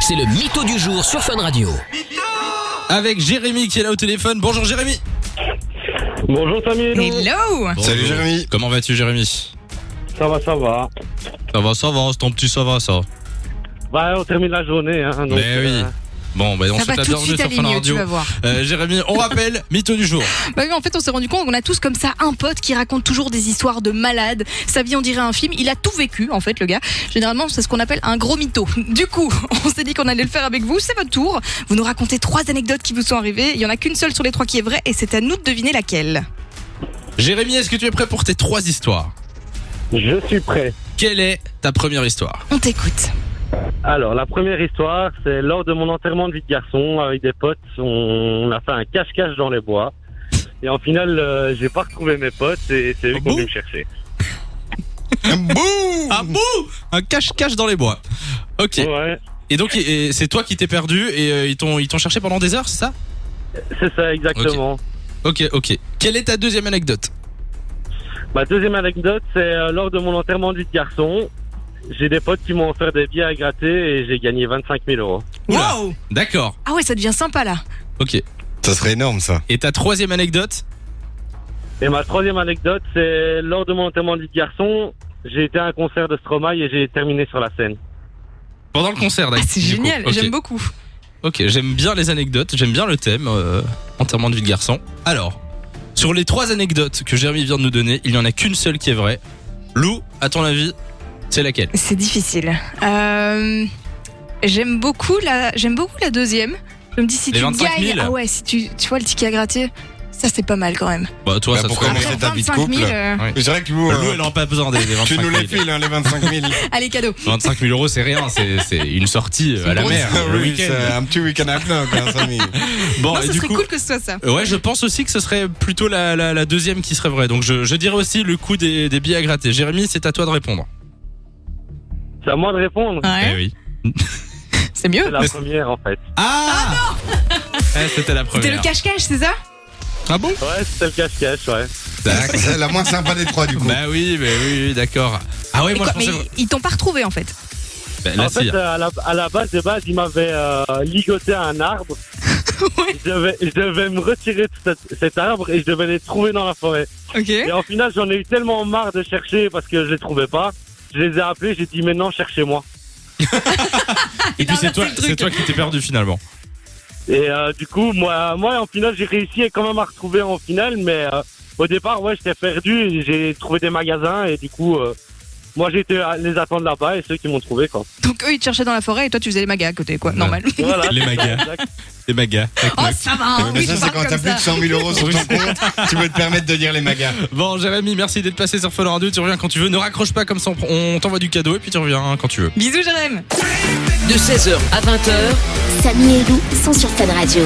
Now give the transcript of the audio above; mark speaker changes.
Speaker 1: c'est le mytho du jour sur Fun Radio.
Speaker 2: Avec Jérémy qui est là au téléphone. Bonjour Jérémy.
Speaker 3: Bonjour Samy,
Speaker 4: Hello
Speaker 2: Bonjour.
Speaker 5: Jérémy.
Speaker 2: Comment vas-tu Jérémy
Speaker 3: ça va, ça va.
Speaker 2: Ça va, ça va, c'est ton petit ça va ça.
Speaker 3: Bah, on termine la journée. Hein, donc,
Speaker 2: Mais Ben oui. Bon, bah, on
Speaker 4: Ça
Speaker 2: se
Speaker 4: va
Speaker 2: tape
Speaker 4: tout de
Speaker 2: bienvenue sur
Speaker 4: suite
Speaker 2: Fun
Speaker 4: aligner, tu
Speaker 2: Radio.
Speaker 4: vas voir.
Speaker 2: Euh, Jérémy, on rappelle, mytho du jour.
Speaker 4: Bah oui, en fait, on s'est rendu compte qu'on a tous comme ça un pote qui raconte toujours des histoires de malades. Sa vie, on dirait un film. Il a tout vécu, en fait, le gars. Généralement, c'est ce qu'on appelle un gros mytho. Du coup, on s'est dit qu'on allait le faire avec vous. C'est votre tour. Vous nous racontez trois anecdotes qui vous sont arrivées. Il y en a qu'une seule sur les trois qui est vraie et c'est à nous de deviner laquelle.
Speaker 2: Jérémy, est-ce que tu es prêt pour tes trois histoires
Speaker 3: Je suis prêt.
Speaker 2: Quelle est ta première histoire
Speaker 4: On t'écoute.
Speaker 3: Alors, la première histoire, c'est lors de mon enterrement de vie de garçon, avec des potes, on a fait un cache-cache dans les bois. Et en final, euh, j'ai pas retrouvé mes potes et c'est eux
Speaker 2: Ah
Speaker 3: qui ont
Speaker 2: bon
Speaker 3: dû me chercher.
Speaker 5: Boum
Speaker 2: Ah bon Un cache-cache dans les bois. Ok.
Speaker 3: Ouais,
Speaker 2: Et donc, et- et c'est toi qui t'es perdu et euh, ils t'ont ils t'ont cherché pendant des heures, c'est ça
Speaker 3: c'est ça, exactement.
Speaker 2: Ok, ok. Quelle est ta deuxième anecdote
Speaker 3: Ma deuxième anecdote, c'est euh, lors de mon enterrement de vie de garçon, j'ai des potes qui m'ont offert des billets à gratter et j'ai gagné 25 000 euros.
Speaker 2: Oula. D'accord.
Speaker 4: Ah ouais, ça devient sympa là.
Speaker 2: Ok.
Speaker 5: Ça serait énorme ça.
Speaker 2: Et ta troisième anecdote
Speaker 3: Et ma troisième anecdote, c'est lors de mon enterrement de vie de garçon, j'ai été à un concert de Stromae et j'ai terminé sur la scène.
Speaker 2: Pendant le concert,
Speaker 4: Ah,
Speaker 2: d'accord.
Speaker 4: c'est
Speaker 2: Bah, Du coup,
Speaker 4: génial.
Speaker 2: ok.
Speaker 4: J'aime beaucoup.
Speaker 2: Ok, j'aime bien les anecdotes, j'aime bien le thème, euh, enterrement de vie de garçon. Alors, sur les trois anecdotes que Jérémy vient de nous donner, il n'y en a qu'une seule qui est vraie. Lou, à ton avis, c'est laquelle
Speaker 4: C'est difficile. Euh, j'aime beaucoup la, j'aime beaucoup la deuxième. Je me dis si
Speaker 2: Les
Speaker 4: tu
Speaker 2: 25 000.
Speaker 4: gagnes, ah ouais, si tu, tu vois le ticket à gratter, ça c'est pas mal quand même.
Speaker 2: Bah toi,
Speaker 5: Bah,
Speaker 2: ça
Speaker 5: pour
Speaker 2: serait...
Speaker 5: commencer.
Speaker 4: Après
Speaker 5: ta vie de
Speaker 4: 25 000,
Speaker 5: couple
Speaker 4: euh,
Speaker 5: Mais C'est vrai que nous,
Speaker 2: Bah,
Speaker 5: euh,
Speaker 2: Lou, elle en a pas besoin des, des 25
Speaker 5: tu
Speaker 2: 000.
Speaker 5: nous les files, hein, les 25 000.
Speaker 4: allez cadeau.
Speaker 2: 25 000 euros, c'est rien, c'est c'est une sortie euh, à la
Speaker 4: bon
Speaker 2: mer, le
Speaker 5: oui, c'est
Speaker 2: week-end.
Speaker 5: un petit week-end à bloc, hein, Samy.
Speaker 2: Bon,
Speaker 4: non,
Speaker 2: et
Speaker 4: ce
Speaker 2: du
Speaker 4: serait
Speaker 2: coup... euh,
Speaker 4: cool que ce soit ça.
Speaker 2: Ouais, je pense aussi que ce serait plutôt la, la- la deuxième qui serait vraie. Donc je, je dirais aussi le coup des, des billets à gratter. Jérémy, c'est à toi de répondre.
Speaker 3: C'est à moi de répondre.
Speaker 4: Ah.
Speaker 2: Eh oui.
Speaker 4: c'est
Speaker 3: C'est
Speaker 4: mieux.
Speaker 3: la première en fait.
Speaker 2: Ah, Eh, C'était la
Speaker 4: C'était
Speaker 2: première.
Speaker 4: le cache-cache, c'est ça
Speaker 2: Ah bon
Speaker 3: Ouais, c'était le cache-cache, ouais.
Speaker 2: D'accord.
Speaker 5: C'est la moins sympa des trois du coup.
Speaker 2: Bah oui, mais oui, oui, d'accord. Ah ouais,
Speaker 4: Et
Speaker 2: moi
Speaker 4: quoi,
Speaker 2: je
Speaker 4: Mais
Speaker 2: pensais.
Speaker 4: ils t'ont pas retrouvé en fait.
Speaker 2: Bah, là,
Speaker 3: en
Speaker 2: si.
Speaker 3: fait, euh, à la, à la base de base, il m'avait euh, ligoté à un arbre. je, devais, je devais me retirer de cet, cet arbre et je devais les trouver dans la forêt.
Speaker 4: Ok.
Speaker 3: Et en final, j'en ai eu tellement marre de chercher parce que je les trouvais pas. Je les ai appelés, j'ai dit maintenant cherchez-moi.
Speaker 2: Et puis
Speaker 4: a
Speaker 2: c'est
Speaker 4: inversé
Speaker 2: toi,
Speaker 4: le truc.
Speaker 2: c'est toi qui t'es perdu finalement.
Speaker 3: Et euh, du coup, moi, moi, en final, j'ai réussi quand même à retrouver en finale, mais euh, au départ, ouais, j'étais perdu. J'ai trouvé des magasins et du coup, euh, moi, j'ai été à les attendre là-bas et ceux qui m'ont trouvé, quoi.
Speaker 4: Donc eux ils te cherchaient dans la forêt et toi tu faisais les magas à côté, quoi.
Speaker 2: Ouais.
Speaker 4: Normal.
Speaker 3: Voilà.
Speaker 2: Les magas.
Speaker 3: Exact.
Speaker 2: Les magas.
Speaker 4: Oh ça va. hein,
Speaker 5: mais
Speaker 4: oui,
Speaker 5: ça,
Speaker 4: tu
Speaker 5: c'est
Speaker 4: parles
Speaker 5: quand
Speaker 4: comme
Speaker 5: t'as plus
Speaker 4: ça.
Speaker 5: de 100 000 euros sur ton compte, tu peux te permettre de dire les magas.
Speaker 2: Bon, Jérémy, merci d'être passé sur Fun Radio. Tu reviens quand tu veux. Ne raccroche pas comme ça. on pr- On t'envoie du cadeau et puis tu reviens hein, quand tu veux.
Speaker 4: Bisous Jérém.
Speaker 1: De 16h à 20h,
Speaker 6: Samy et Lou sont sur Fan Radio.